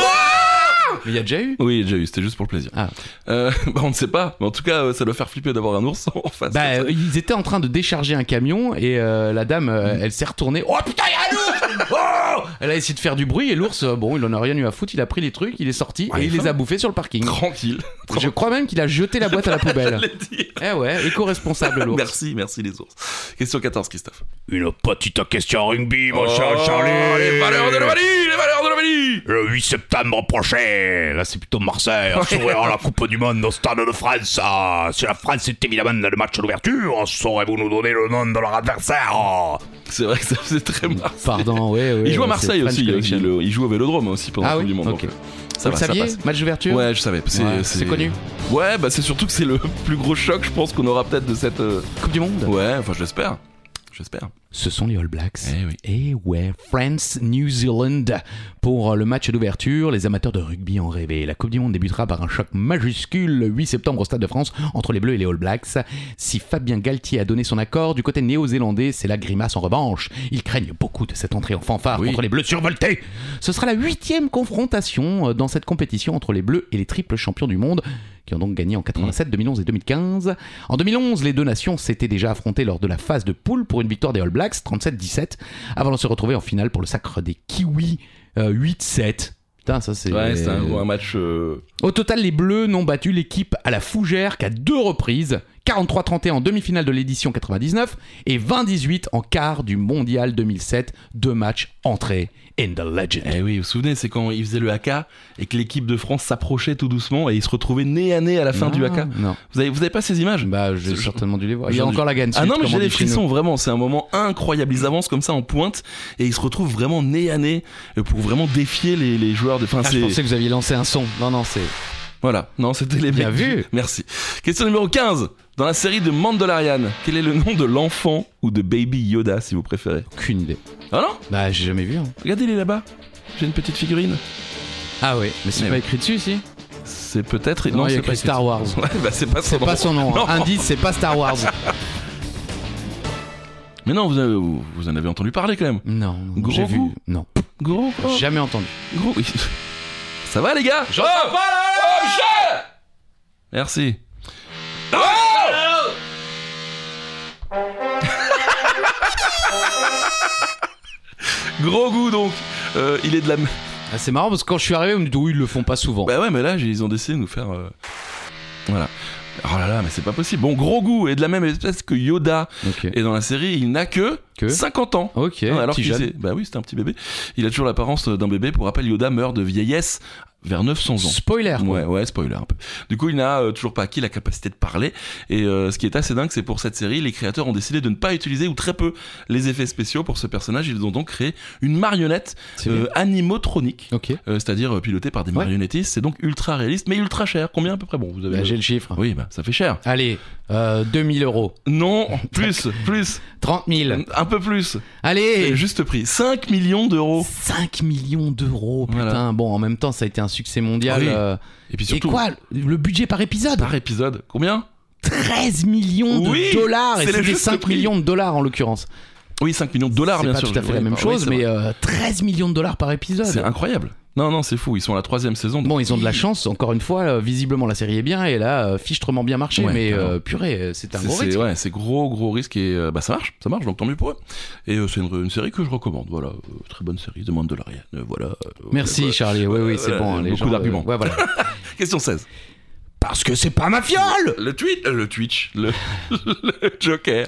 Mais il y a déjà eu oui, j'ai eu, c'était juste pour le plaisir. Ah. Euh, <laughs> bah, on ne sait pas, mais en tout cas, euh, ça doit faire flipper d'avoir un ours <laughs> en face. Bah, comme euh, ils étaient en train de décharger un camion et euh, la dame, euh, elle s'est retournée. Oh putain, il y a un <laughs> ours Oh Elle a essayé de faire du bruit et l'ours, euh, bon, il en a rien eu à foutre, il a pris les trucs, il est sorti Ouais, et il il est les fin. a bouffés sur le parking. ça. Tranquille. Je crois même qu'il a jeté la <laughs> boîte à <laughs> la poubelle. J'allais dire. Eh ouais, éco-responsable l'ours. Merci, merci les ours. Question 14, Christophe. Une petite question rugby, mon cher Oh, Charlie. les valeurs de l'Ovalie Les valeurs de l'Ovalie Le 8 septembre prochain, là c'est plutôt Marseille, s'ouvrira la Coupe du Monde au Stade de France. Ah, Si la France est évidemment dans le match d'ouverture, saurez-vous nous donner le nom de leur adversaire C'est vrai que ça faisait très marre. Pardon, ouais, ouais. Il joue à ouais, Marseille c'est French aussi, il, Connection. le- il joue au Vélodrome aussi pendant Ah la Coupe oui, du Monde. ok. donc, euh, ça Vous va, le ça saviez passe. Match d'ouverture Ouais, je savais. C'est Ouais, c'est connu. Ouais, bah c'est surtout que c'est le <laughs> plus gros choc, je pense, qu'on aura peut-être de cette. euh, Coupe du Monde Ouais, enfin, j'espère. J'espère. Ce sont les All Blacks. Eh oui. Et ouais, France-New Zealand. Pour euh, le match d'ouverture, les amateurs de rugby en rêvaient. La Coupe du Monde débutera par un choc majuscule le 8 septembre au Stade de France entre les Bleus et les All Blacks. Si Fabien Galtier a donné son accord, du côté néo-zélandais, c'est la grimace en revanche. Ils craignent beaucoup de cette entrée en fanfare Oui. contre les Bleus survoltés. Ce sera la huitième confrontation euh, dans cette compétition entre les Bleus et les triples champions du monde qui ont donc gagné en 87, 2011 et 2015. En 2011, les deux nations s'étaient déjà affrontées lors de la phase de poule pour une victoire des All Blacks, 37-17, avant de se retrouver en finale pour le sacre des Kiwis, euh, 8-7. Putain, ça c'est... Ouais, c'est un, un match. euh, Au total, les Bleus n'ont battu l'équipe à la fougère qu'à deux reprises, 43-31 en demi-finale de l'édition 99 et 20-18 en quart du Mondial 2007, deux matchs entrés in the legend. Eh oui, vous vous souvenez, c'est quand ils faisaient le haka et que l'équipe de France s'approchait tout doucement et ils se retrouvaient nez à nez à la Eh, fin du haka. Non. Vous avez, vous avez pas ces images Bah, j'ai Je- certainement dû les voir. Il y a J'en ai- encore la gagne. Ah non, mais j'ai des frissons, vraiment. C'est un moment incroyable. Ils avancent comme ça en pointe et ils se retrouvent vraiment nez à nez euh, pour vraiment défier les, les joueurs de. Enfin, Ah, c'est- je pensais que vous aviez lancé un son. Non, non, c'est. Voilà, non, c'était les Bien mecs du- vu. <laughs> Merci. Question numéro 15. Dans la série de Mandalorian, quel est le nom de l'enfant ou de Baby Yoda si vous préférez Aucune idée. Ah non Bah, j'ai jamais vu. hein. Regardez, il est là-bas. J'ai une petite figurine. Ah ouais, mais Mais c'est pas oui. écrit dessus, si C'est peut-être. Non, il y a c'est écrit pas Star Wars. <laughs> Ouais, bah c'est pas son C'est nom. pas son nom. hein. <laughs> Non. Indice, c'est pas Star Wars. <laughs> Mais non, vous, avez- vous- vous en avez entendu parler quand même. non, non, Gros j'ai vu. goût. Non. Gros, oh, Jamais entendu. gros. Ça va les gars J'entends Oh pas là Oh! Oh, Michel Merci. Oh! <laughs> Gros goût donc. Euh, il est de la. m- Ah, C'est marrant parce que quand je suis arrivé, on me dit oui, ils le font pas souvent. Bah ouais, mais là, j'ai- ils ont décidé de nous faire. euh, Voilà. Oh là là, mais c'est pas possible. Bon, gros goût est de la même espèce que Yoda. Ok. Et dans la série, il n'a que, Que 50 ans. Ok. Non, alors petit qu'il jeune. s'est- Bah oui, c'était un petit bébé. Il a toujours l'apparence d'un bébé. Pour rappel, Yoda meurt de vieillesse vers 900 ans. Spoiler. quoi. Ouais, ouais, spoiler un peu. Du coup, il n'a euh, toujours pas acquis la capacité de parler. Et euh, ce qui est assez dingue, c'est pour cette série, les créateurs ont décidé de ne pas utiliser ou très peu les effets spéciaux pour ce personnage. Ils ont donc créé une marionnette C'est euh, bien. animotronique. Ok. euh, C'est-à-dire euh, pilotée par des Ouais. marionnettistes, c'est donc ultra réaliste, mais ultra cher. Combien à peu près Bon, vous avez. Bah, le- J'ai le chiffre. Oui, bah ça fait cher. Allez, euh, 2000 euros. <laughs> Non, plus, plus, 30 000. un peu plus. Allez Mmh. Juste prix, 5 millions d'euros. 5 millions d'euros, putain. Voilà. Ah Bon, en même temps, ça a été un succès mondial. Oui. euh, Et puis Et surtout, quoi Le budget par épisode par épisode, combien 13 millions de Oui, dollars c'est Et le c'était juste 5 prix. millions de dollars en l'occurrence. Oui, 5 millions de dollars, C'est bien pas sûr. tout à fait la Oui, Ah même oui, chose, c'est mais vrai. euh, 13 millions de dollars par épisode. C'est incroyable. Non, non, c'est fou. Ils sont à la troisième saison. Bon, ils ont de la chance, encore une fois, euh, visiblement la série est bien et là, euh, fichtrement bien marché, Ouais, mais clairement. euh, purée, euh, c'est un C'est gros c'est- risque. ouais, c'est gros gros risque et euh, bah ça marche, ça marche donc tant mieux pour eux. Et euh, c'est une, une série que je recommande, voilà, euh, très bonne série, demande de la rien, euh, voilà. euh, Merci voilà. Charlie, oui, oui, c'est voilà, bon. les beaucoup gens, euh, d'arguments. ouais, voilà. <laughs> Question 16. Parce que c'est pas ma fiole Le tweet, euh, le Twitch, le, <laughs> le Joker.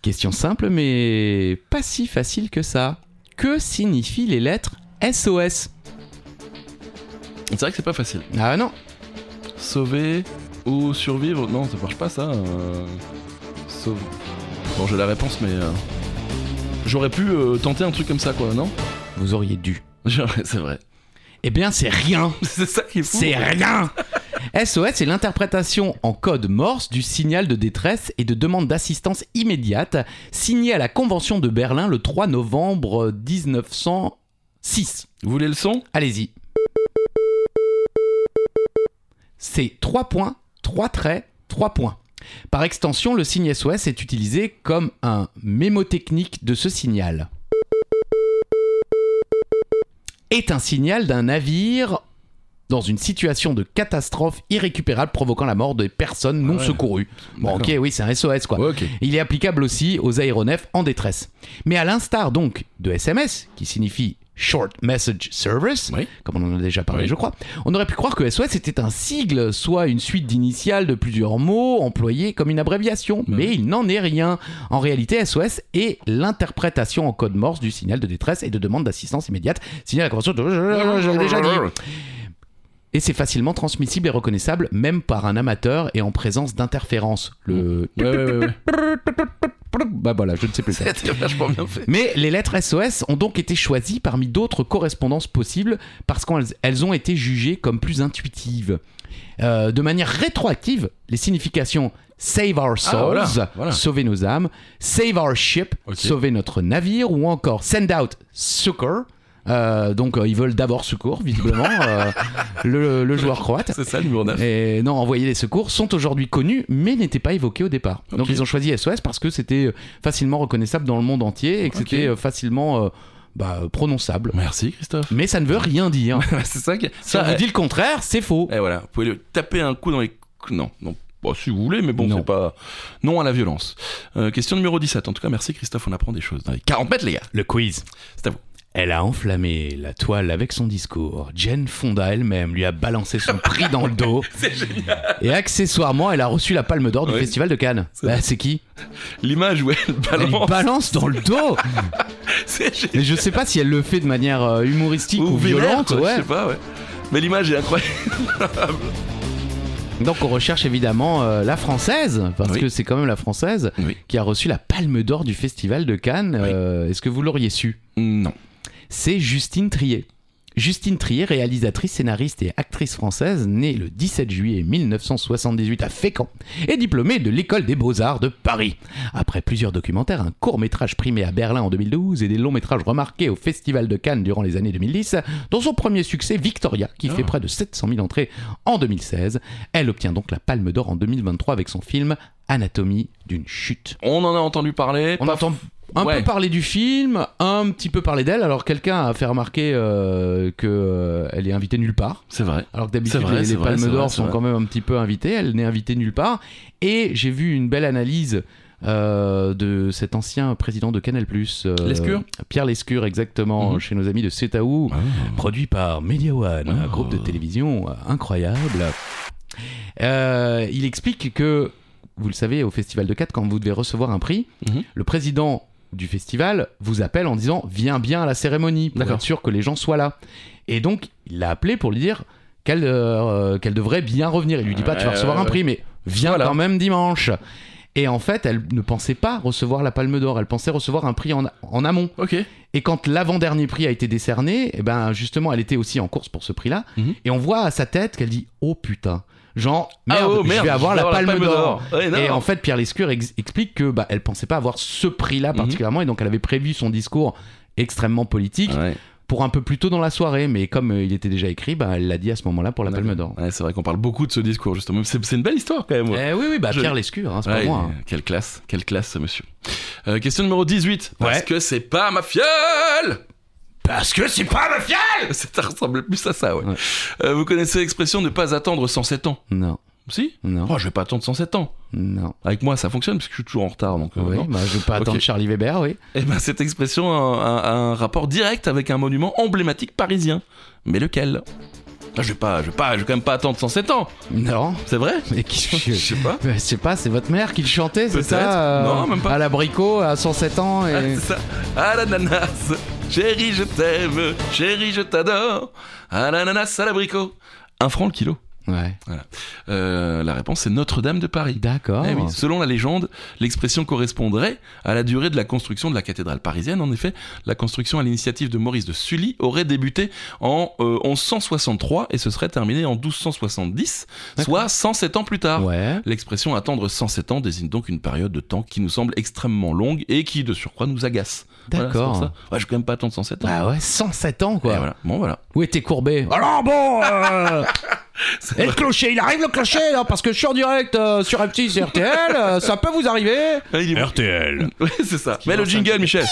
Question simple, mais pas si facile que ça. Que signifient les lettres SOS C'est vrai que c'est pas facile. Ah non, Sauver ou survivre Non, ça marche pas ça. euh, Sauve. Bon, j'ai la réponse, mais euh, j'aurais pu euh, tenter un truc comme ça, quoi, non <laughs> vous auriez dû. J'aurais- C'est vrai. Eh bien, c'est rien C'est ça qui est fou. C'est rien SOS c'est l'interprétation en code morse du signal de détresse et de demande d'assistance immédiate signé à la Convention de Berlin le 3 novembre 1906. Vous voulez le son Allez-y. C'est 3 points, 3 traits, 3 points. Par extension, le signe SOS est utilisé comme un mémotechnique de ce signal. Est un signal d'un navire dans une situation de catastrophe irrécupérable provoquant la mort des personnes non Ah ouais. secourues. Bon, ok, D'accord. oui, c'est un SOS quoi. Ouais, ok. Il est applicable aussi aux aéronefs en détresse. Mais à l'instar donc de SMS, qui signifie Short Message Service, Oui. comme on en a déjà parlé Oui. je crois, on aurait pu croire que SOS était un sigle, soit une suite d'initiales de plusieurs mots employés comme une abréviation, Bah mais il n'en est rien. En réalité, SOS est l'interprétation en code morse du signal de détresse et de demande d'assistance immédiate, signé à la convention de... Je l'ai Euh, déjà dit. Et c'est facilement transmissible et reconnaissable même par un amateur et en présence d'interférences. Le Ouais, ouais, ouais, ouais. bah voilà, je <laughs> ne sais plus. faire. C'était vachement bien fait. Mais les lettres SOS ont donc été choisies parmi d'autres correspondances possibles parce qu'elles elles ont été jugées comme plus intuitives. Euh, de manière rétroactive, les significations Save Our Souls, Ah, voilà, voilà. sauver nos âmes, Save Our Ship, Ok. sauver notre navire, ou encore Send Out Succor. Euh, donc euh, ils veulent d'abord secours, visiblement, euh, le, le joueur croate. C'est ça le numéro 9. Et non, envoyer les secours sont aujourd'hui connus, mais n'étaient pas évoqués au départ. Ok. Donc ils ont choisi SOS parce que c'était euh, facilement reconnaissable dans le monde entier et que Ok. c'était euh, facilement euh, bah, prononçable. Merci Christophe. Mais ça ne veut rien dire. <laughs> c'est ça qui. Si on vous eh, dit le contraire, c'est faux. eh, voilà, vous pouvez le taper un coup dans les. cou- Non, non. Bon, si vous voulez, mais bon, Non. c'est pas. Non à la violence. Euh, question numéro 17. En tout cas, merci Christophe, on apprend des choses. Dans les 40 mètres, les gars. Le quiz. C'est à vous. Elle a enflammé la toile avec son discours. Jane Fonda elle-même lui a balancé son prix dans le dos. <laughs> C'est génial. Et accessoirement, elle a reçu la palme d'or du Oui. Festival de Cannes. C'est Ah, Bah, c'est qui L'image où elle Elle lui balance. balance dans le dos <laughs> C'est génial. Mais je sais pas si elle le fait de manière euh, humoristique ou, vénère, violente. quoi, ouais. Je sais pas, ouais. Mais l'image est incroyable. Donc on recherche évidemment euh, la française, parce Oui. que c'est quand même la française Oui. qui a reçu la Palme d'Or du Festival de Cannes. Oui. Euh, Est-ce que vous l'auriez su Non. C'est Justine Trier. Justine Trier, réalisatrice, scénariste et actrice française, née le 17 juillet 1978 à Fécamp, et diplômée de l'École des Beaux-Arts de Paris. Après plusieurs documentaires, un court-métrage primé à Berlin en 2012 et des longs-métrages remarqués au Festival de Cannes durant les années 2010, dont son premier succès, Victoria, qui Ah. fait près de 700 000 entrées en 2016, elle obtient donc la Palme d'Or en 2023 avec son film Anatomie d'une chute. On en a entendu parler. On pas entend un Ouais. peu parler du film, un petit peu parler d'elle. Alors quelqu'un a fait remarquer euh, que euh, elle est invitée nulle part. C'est vrai. Alors que d'habitude, C'est vrai, les, c'est les vrai, c'est palmes vrai, d'or c'est sont vrai. quand même un petit peu invitées. Elle n'est invitée nulle part. Et j'ai vu une belle analyse euh, de cet ancien président de Canal+. euh, Lescure Pierre Lescure, exactement, Mhm. chez nos amis de Setaou. Ah, Produit par Media One, un Oh. groupe de télévision euh, incroyable. Euh, il explique que, vous le savez, au Festival de Cannes, quand vous devez recevoir un prix, Mhm. le président du festival vous appelle en disant viens bien à la cérémonie pour D'accord. être sûr que les gens soient là. Et donc, il l'a appelé pour lui dire qu'elle euh, qu'elle devrait bien revenir. Il lui dit pas tu vas Ouais, recevoir ouais, un prix, mais viens Voilà. quand même dimanche. Et en fait, elle ne pensait pas recevoir la Palme d'Or, elle pensait recevoir un prix en- en amont. Ok. Et quand l'avant-dernier prix a été décerné, eh ben justement, elle était aussi en course pour ce prix-là. Mhm. Et on voit à sa tête qu'elle dit Oh putain, genre, merde, Ah, oh, je vais avoir la palme, d'or. Ouais, non. Et en fait, Pierre Lescure ex- explique que bah, elle pensait pas avoir ce prix-là Mhm. particulièrement, et donc elle avait prévu son discours extrêmement politique Ouais. pour un peu plus tôt dans la soirée. Mais comme euh, il était déjà écrit, bah, elle l'a dit à ce moment-là pour la palme d'or. Ouais, c'est vrai qu'on parle beaucoup de ce discours, justement. C'est c'est une belle histoire, quand même. ouais. Eh oui, oui, bah, Je- Pierre Lescure, hein, c'est Ouais, pas moi. hein. Quelle classe, quelle classe, ce monsieur. Euh, question numéro 18. Parce Ouais. que c'est pas ma fiole Parce que c'est pas ma fière <laughs> Ça ressemble plus à ça, ouais. Ouais. Euh, vous connaissez l'expression ne pas attendre 107 ans Non, Si non, Oh, je vais pas attendre 107 ans. non. Avec moi, ça fonctionne, parce que je suis toujours en retard, donc... euh, Oui, non. bah, je veux pas Ok. attendre Charlie Weber, oui. Eh ben, cette expression a, a- a un rapport direct avec un monument emblématique parisien. Mais lequel Ah, Je vais pas, je vais pas, je vais quand même pas attendre 107 ans. Non, C'est vrai mais qui <laughs> Je sais pas. Bah, Je sais pas, c'est votre mère qui le chantait, c'est Peut-être. ça euh, Non, même pas. À l'abricot, à 107 ans. Ah, Et... c'est ça. À l'ananas, chérie, je t'aime, chérie, je t'adore. À l'ananas, à l'abricot. Un franc le kilo. Ouais. Euh, la réponse c'est Notre-Dame de Paris. D'accord. Eh oui, selon la légende, l'expression correspondrait à la durée de la construction de la cathédrale parisienne. En effet, la construction à l'initiative de Maurice de Sully aurait débuté en euh, 1163 et se serait terminée en 1270, soit 107 ans plus tard. Ouais. L'expression attendre 107 ans désigne donc une période de temps qui nous semble extrêmement longue et qui, de surcroît, nous agace. Voilà, c'est pour D'accord. ça. ouais, je vais quand même pas attendre 107 ans. bah ouais, 107 ans Et quoi. voilà. Ah. Bon, voilà. Où était Courbet Alors bon, euh, <laughs> Et le clocher, il arrive le clocher là parce que je suis en direct euh, sur un petit RTL, euh, ça peut vous arriver. Ah, il est bon. RTL. Ouais, c'est ça. qu'il Mets le lance un jingle, coup. Michel. Non,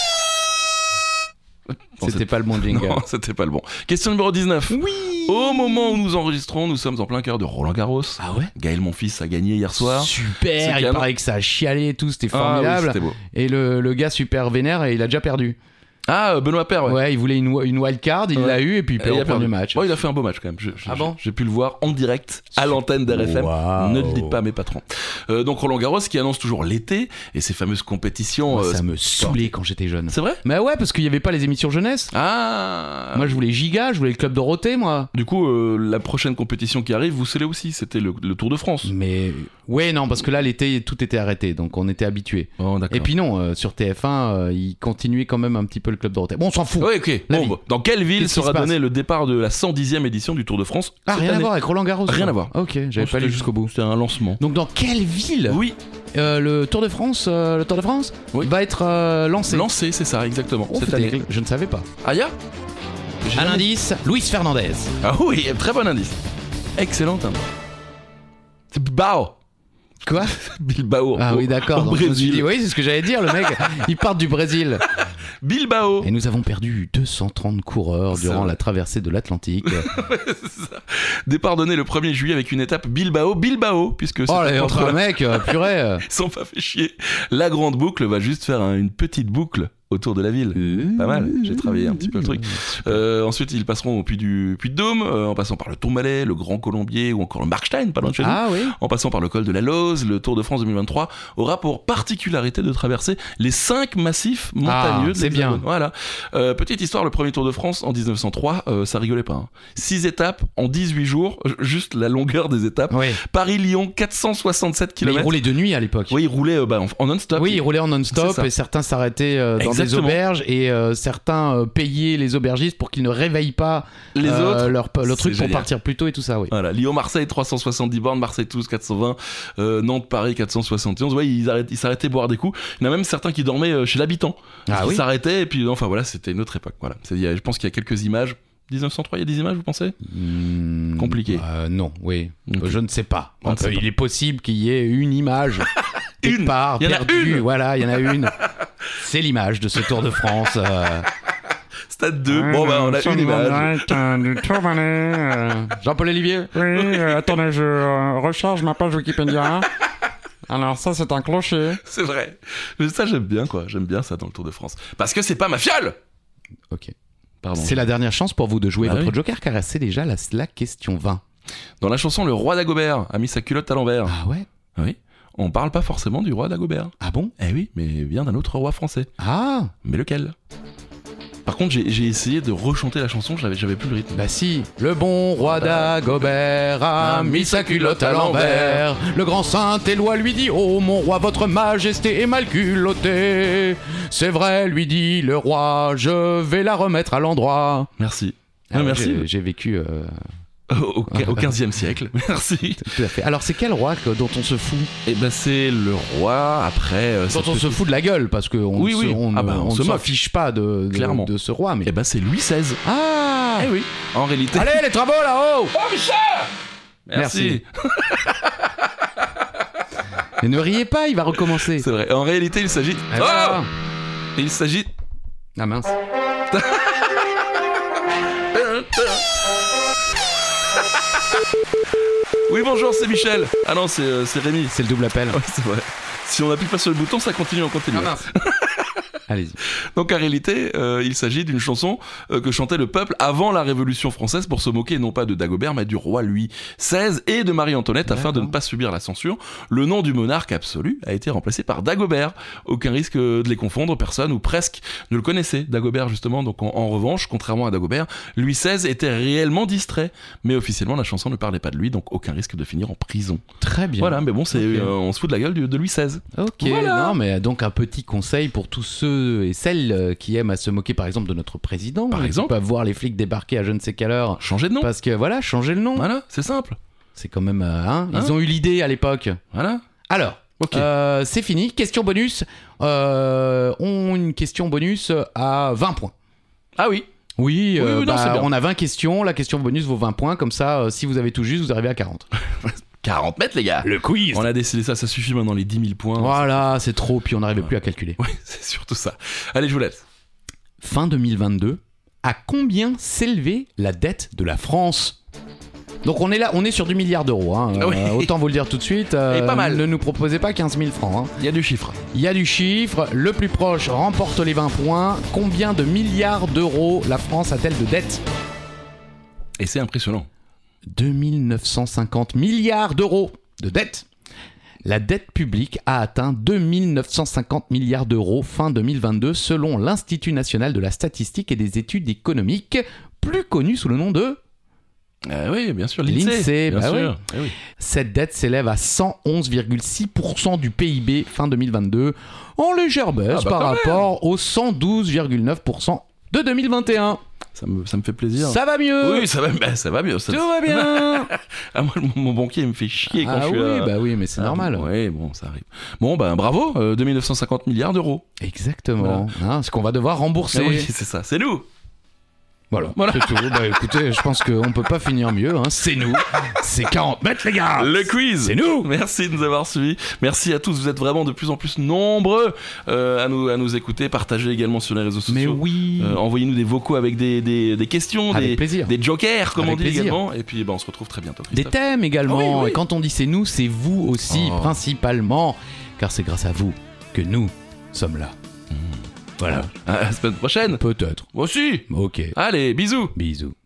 Oh. C'était pas le bon jingle. <laughs> Non, c'était pas le bon. Question numéro 19. Oui. Au moment où nous enregistrons, nous sommes en plein cœur de Roland Garros. Ah ouais. Gaël Monfils a gagné hier soir. Super, C'est il canon. paraît que ça a chialé et tout, c'était Ah oui, formidable. c'était beau. et le, le gars super vénère et il a déjà perdu. Ah, euh, Benoît Père, Ouais, ouais. il voulait une, une wild card, il Ouais. l'a eu et puis il Et perd il au a perdu. premier match. Bon, il a fait un beau match quand même. Je- je- Ah bon J'ai pu le voir en direct à l'antenne d'RFM. Waouh. Ne le dites pas à mes patrons. Euh, donc Roland Garros qui annonce toujours l'été et ses fameuses compétitions. Moi, euh, ça me saoulait quand j'étais jeune. C'est vrai Bah ouais, parce qu'il n'y avait pas les émissions jeunesse. Ah Moi, je voulais Giga, je voulais le Club Dorothée, moi. Du coup, euh, la prochaine compétition qui arrive, vous scellez aussi. C'était le, le Tour de France. Mais ouais, non, parce que là, l'été, tout était arrêté, donc on était habitué. Oh, d'accord. Et puis non, euh, sur TF1, euh, il continuait quand même un petit peu le Club Dorothée. Bon, on s'en fout. Ouais, ok. La Bon, vie. bah, dans quelle ville Qu'est-ce qui sera se passe donné le départ de la 110e édition du Tour de France ah, cette rien à année voir avec Roland Garros. Rien quoi. à voir. Ah, ok, j'avais Non, pas lu c'était jusqu'au bout. C'était un lancement. Donc dans quelle ville Oui, euh, le Tour de France, euh, le Tour de France Oui. va être euh, lancé lancé, c'est ça, exactement. Oh, cette c'était année. écrit. Je ne savais pas. Aya J'ai Un jamais- indice, Luis Fernandez. Ah oui, très bon indice. Excellent indice. C'est Bilbao. <laughs> Quoi Bilbao. Ah au- oui, d'accord. Au Donc, je me suis dit, Brésil. Oui, c'est ce que j'allais dire. Le mec, <laughs> il part du Brésil. Bilbao. <laughs> Et nous avons perdu 230 coureurs C'est durant vrai. la traversée <laughs> de l'Atlantique. Départ donné le 1er juillet avec une étape Bilbao, Bilbao, puisque oh, c'était les contre entre un la- mec, euh, purée. euh. Ils sont pas fait chier. La grande boucle va juste faire un- une petite boucle autour de la ville. Euh, Pas mal, j'ai travaillé un petit peu le truc. Euh, ensuite, ils passeront au Puy du Puy de Dôme, euh, en passant par le Tourmalet, le Grand Colombier ou encore le Markstein, pas loin de chez nous. Ah oui. En passant par le col de la Loze, le Tour de France 2023 aura pour particularité de traverser les cinq massifs montagneux. Ah, de c'est bien. l'Hexagone. Voilà. Euh, petite histoire, le premier Tour de France en 1903, euh, ça rigolait pas. hein. Six étapes en 18 jours, euh, juste la longueur des étapes. Oui. Paris-Lyon, 467 Mais ils km. roulaient de nuit à l'époque. Oui, il roulait euh, bah, en- en non-stop. Oui, ils roulaient en C'est non-stop ça. et certains s'arrêtaient euh, dans des Exactement. auberges et euh, certains euh, payaient les aubergistes pour qu'ils ne réveillent pas Les euh, autres. leur, le c'est truc pour génial. partir plus tôt et tout ça. Oui. Voilà, Lyon-Marseille 370 bornes, Marseille-Toulouse 420, euh, Nantes-Paris 471. Ouais, ils arrêt- ils s'arrêtaient boire des coups. Il y en a même certains qui dormaient euh, chez l'habitant. Ah ils oui. s'arrêtaient et puis enfin voilà, c'était une autre époque. Voilà, C'est- il y a- je pense qu'il y a quelques images. 1903, il y a des images, vous pensez Hmm, Compliqué. euh, non, oui. Ok. Euh, Je ne sais pas. On ne Enfin, sait pas. il est <laughs> possible qu'il y ait une image. quelque Une. part Il y en a perdue. une. <laughs> Voilà, il y en a une. C'est l'image de ce Tour de France. euh, Stade 2, bon bah on a une image. <laughs> Du Tour Valais, euh, <laughs> Jean-Paul Olivier Oui, euh, attendez, je euh, recharge ma page Wikipédia. Alors ça, c'est un clocher. C'est vrai. Mais ça j'aime bien quoi, j'aime bien ça dans le Tour de France. Parce que c'est pas ma fiole Ok. Pardon. C'est la dernière chance pour vous de jouer Bah votre oui. joker car c'est déjà la, la question 20. Dans la chanson Le Roi d'Agobert a mis sa culotte à l'envers. Ah ouais Oui. On parle pas forcément du roi d'Agobert. Ah bon Eh oui, mais il vient d'un autre roi français. Ah Mais lequel Par contre, j'ai j'ai essayé de rechanter la chanson, j'avais j'avais plus le rythme. Bah si, le bon roi d'Agobert a Ah, mis sa culotte à l'envers. Le grand saint Éloi lui dit Oh mon roi, votre majesté est mal culottée. C'est vrai, lui dit le roi, je vais la remettre à l'endroit. Merci. Ah Ah, ouais, merci. j'ai- J'ai vécu euh, Au, au 15e siècle. <laughs> <laughs> Merci. tout à fait. Alors c'est quel roi que- dont on se fout Et ben c'est le roi après. euh, cette Dont on se petite- fout de la gueule parce que on Oui, se- oui. on, Ah bah, on on se ne s'en moque. fiche pas de, de- Clairement. de ce roi. Mais Eh ben c'est Louis XVI. ah Eh oui. En réalité. Allez les travaux là-haut Merci. <laughs> Mais ne riez pas, il va recommencer. C'est vrai. En réalité, il s'agit. Ah, voilà. Oh Il <laughs> s'agit. Ah mince. Oui, bonjour, c'est Michel. Ah non, c'est euh, c'est Rémi. C'est le double appel. Ouais, c'est vrai. Si on appuie pas sur le bouton, ça continue, on continue. Allez-y. Donc en réalité, euh, il s'agit d'une chanson euh, que chantait le peuple avant la Révolution française pour se moquer non pas de Dagobert mais du roi Louis XVI et de Marie-Antoinette afin de ne D'accord. pas subir la censure. Le nom du monarque absolu a été remplacé par Dagobert. Aucun risque euh, de les confondre, personne ou presque ne le connaissait, Dagobert justement. Donc en, en revanche, contrairement à Dagobert, Louis XVI était réellement distrait, mais officiellement la chanson ne parlait pas de lui, donc aucun risque de finir en prison. Très bien. Voilà, mais bon, c'est Ok. euh, on se fout de la gueule du- de Louis XVI. Ok. Voilà. Non, mais donc un petit conseil pour tous ceux et celles euh, qui aiment à se moquer, par exemple, de notre président. Par et qui exemple. peuvent voir les flics débarquer à je ne sais quelle heure. Changer de nom. Parce que voilà, changer le nom. Voilà, c'est simple. C'est quand même. euh, hein, Hein Ils ont eu l'idée à l'époque. Voilà. Alors. Ok. euh, c'est fini. Question bonus. Euh, on une question bonus à 20 points. Ah oui. Oui, euh, oui, non, bah, c'est bien. on a 20 questions. La question bonus vaut 20 points. Comme ça, euh, si vous avez tout juste, vous arrivez à 40. 40 mètres, les gars. Le quiz On a décidé ça, ça suffit maintenant les 10 000 points. <laughs> Voilà, c'est trop. Puis on n'arrivait plus à calculer. <laughs> Ouais, c'est surtout ça. Allez, je vous laisse. fin 2022, à combien s'élevait la dette de la France donc on est là, on est sur du milliard d'euros. hein. Ah oui. Euh, autant vous le dire tout de suite. euh, Et pas mal. Ne nous proposez pas 15 000 francs. hein. Il y a du chiffre. Il y a du chiffre. Le plus proche remporte les 20 points. Combien de milliards d'euros la France a-t-elle de dette Et c'est impressionnant. 2950 milliards d'euros de dette. La dette publique a atteint 2950 milliards d'euros fin 2022 selon l'Institut national de la statistique et des études économiques, plus connu sous le nom de... Ah oui, bien sûr, L'INSEE, l'INSEE. Bien bah sûr. Eh oui. Cette dette s'élève à 111,6% du PIB fin 2022, en légère baisse Ah bah par quand rapport aux 112,9% de 2021. Ça, me, ça me fait plaisir. Ça va mieux oui, ça va, bah, ça va mieux. ça- Tout va bien <laughs> Ah, moi, mon, mon banquier il me fait chier quand Ah je suis oui, à- bah oui, mais c'est Ah, normal. Ouais, bon, ça arrive. Bon, bah bravo, euh, 2950 milliards d'euros. Exactement. Hein, ce qu'on va devoir rembourser. Ah oui, <laughs> c'est ça, c'est nous. Voilà, Voilà. c'est tout. Bah écoutez, je pense qu'on peut pas finir mieux. hein. C'est nous. C'est 40 mètres, les gars. Le quiz C'est nous. Merci de Ah, nous avoir suivis. Merci à tous. Vous êtes vraiment de plus en plus nombreux euh, à, nous, à nous écouter. Partagez également sur les réseaux sociaux. Mais oui. Euh, Envoyez-nous des vocaux avec des, des, des questions, Avec des, plaisir. des jokers, comme Avec on dit plaisir. également. Et puis, bah, on se retrouve très bientôt. Des Christophe. thèmes également. Ah oui, oui. Et quand on dit c'est nous, c'est vous aussi, Oh. principalement. Car c'est grâce à vous que nous sommes là. Voilà. À la semaine prochaine. Peut-être. Moi aussi. Ok. Allez, bisous. Bisous.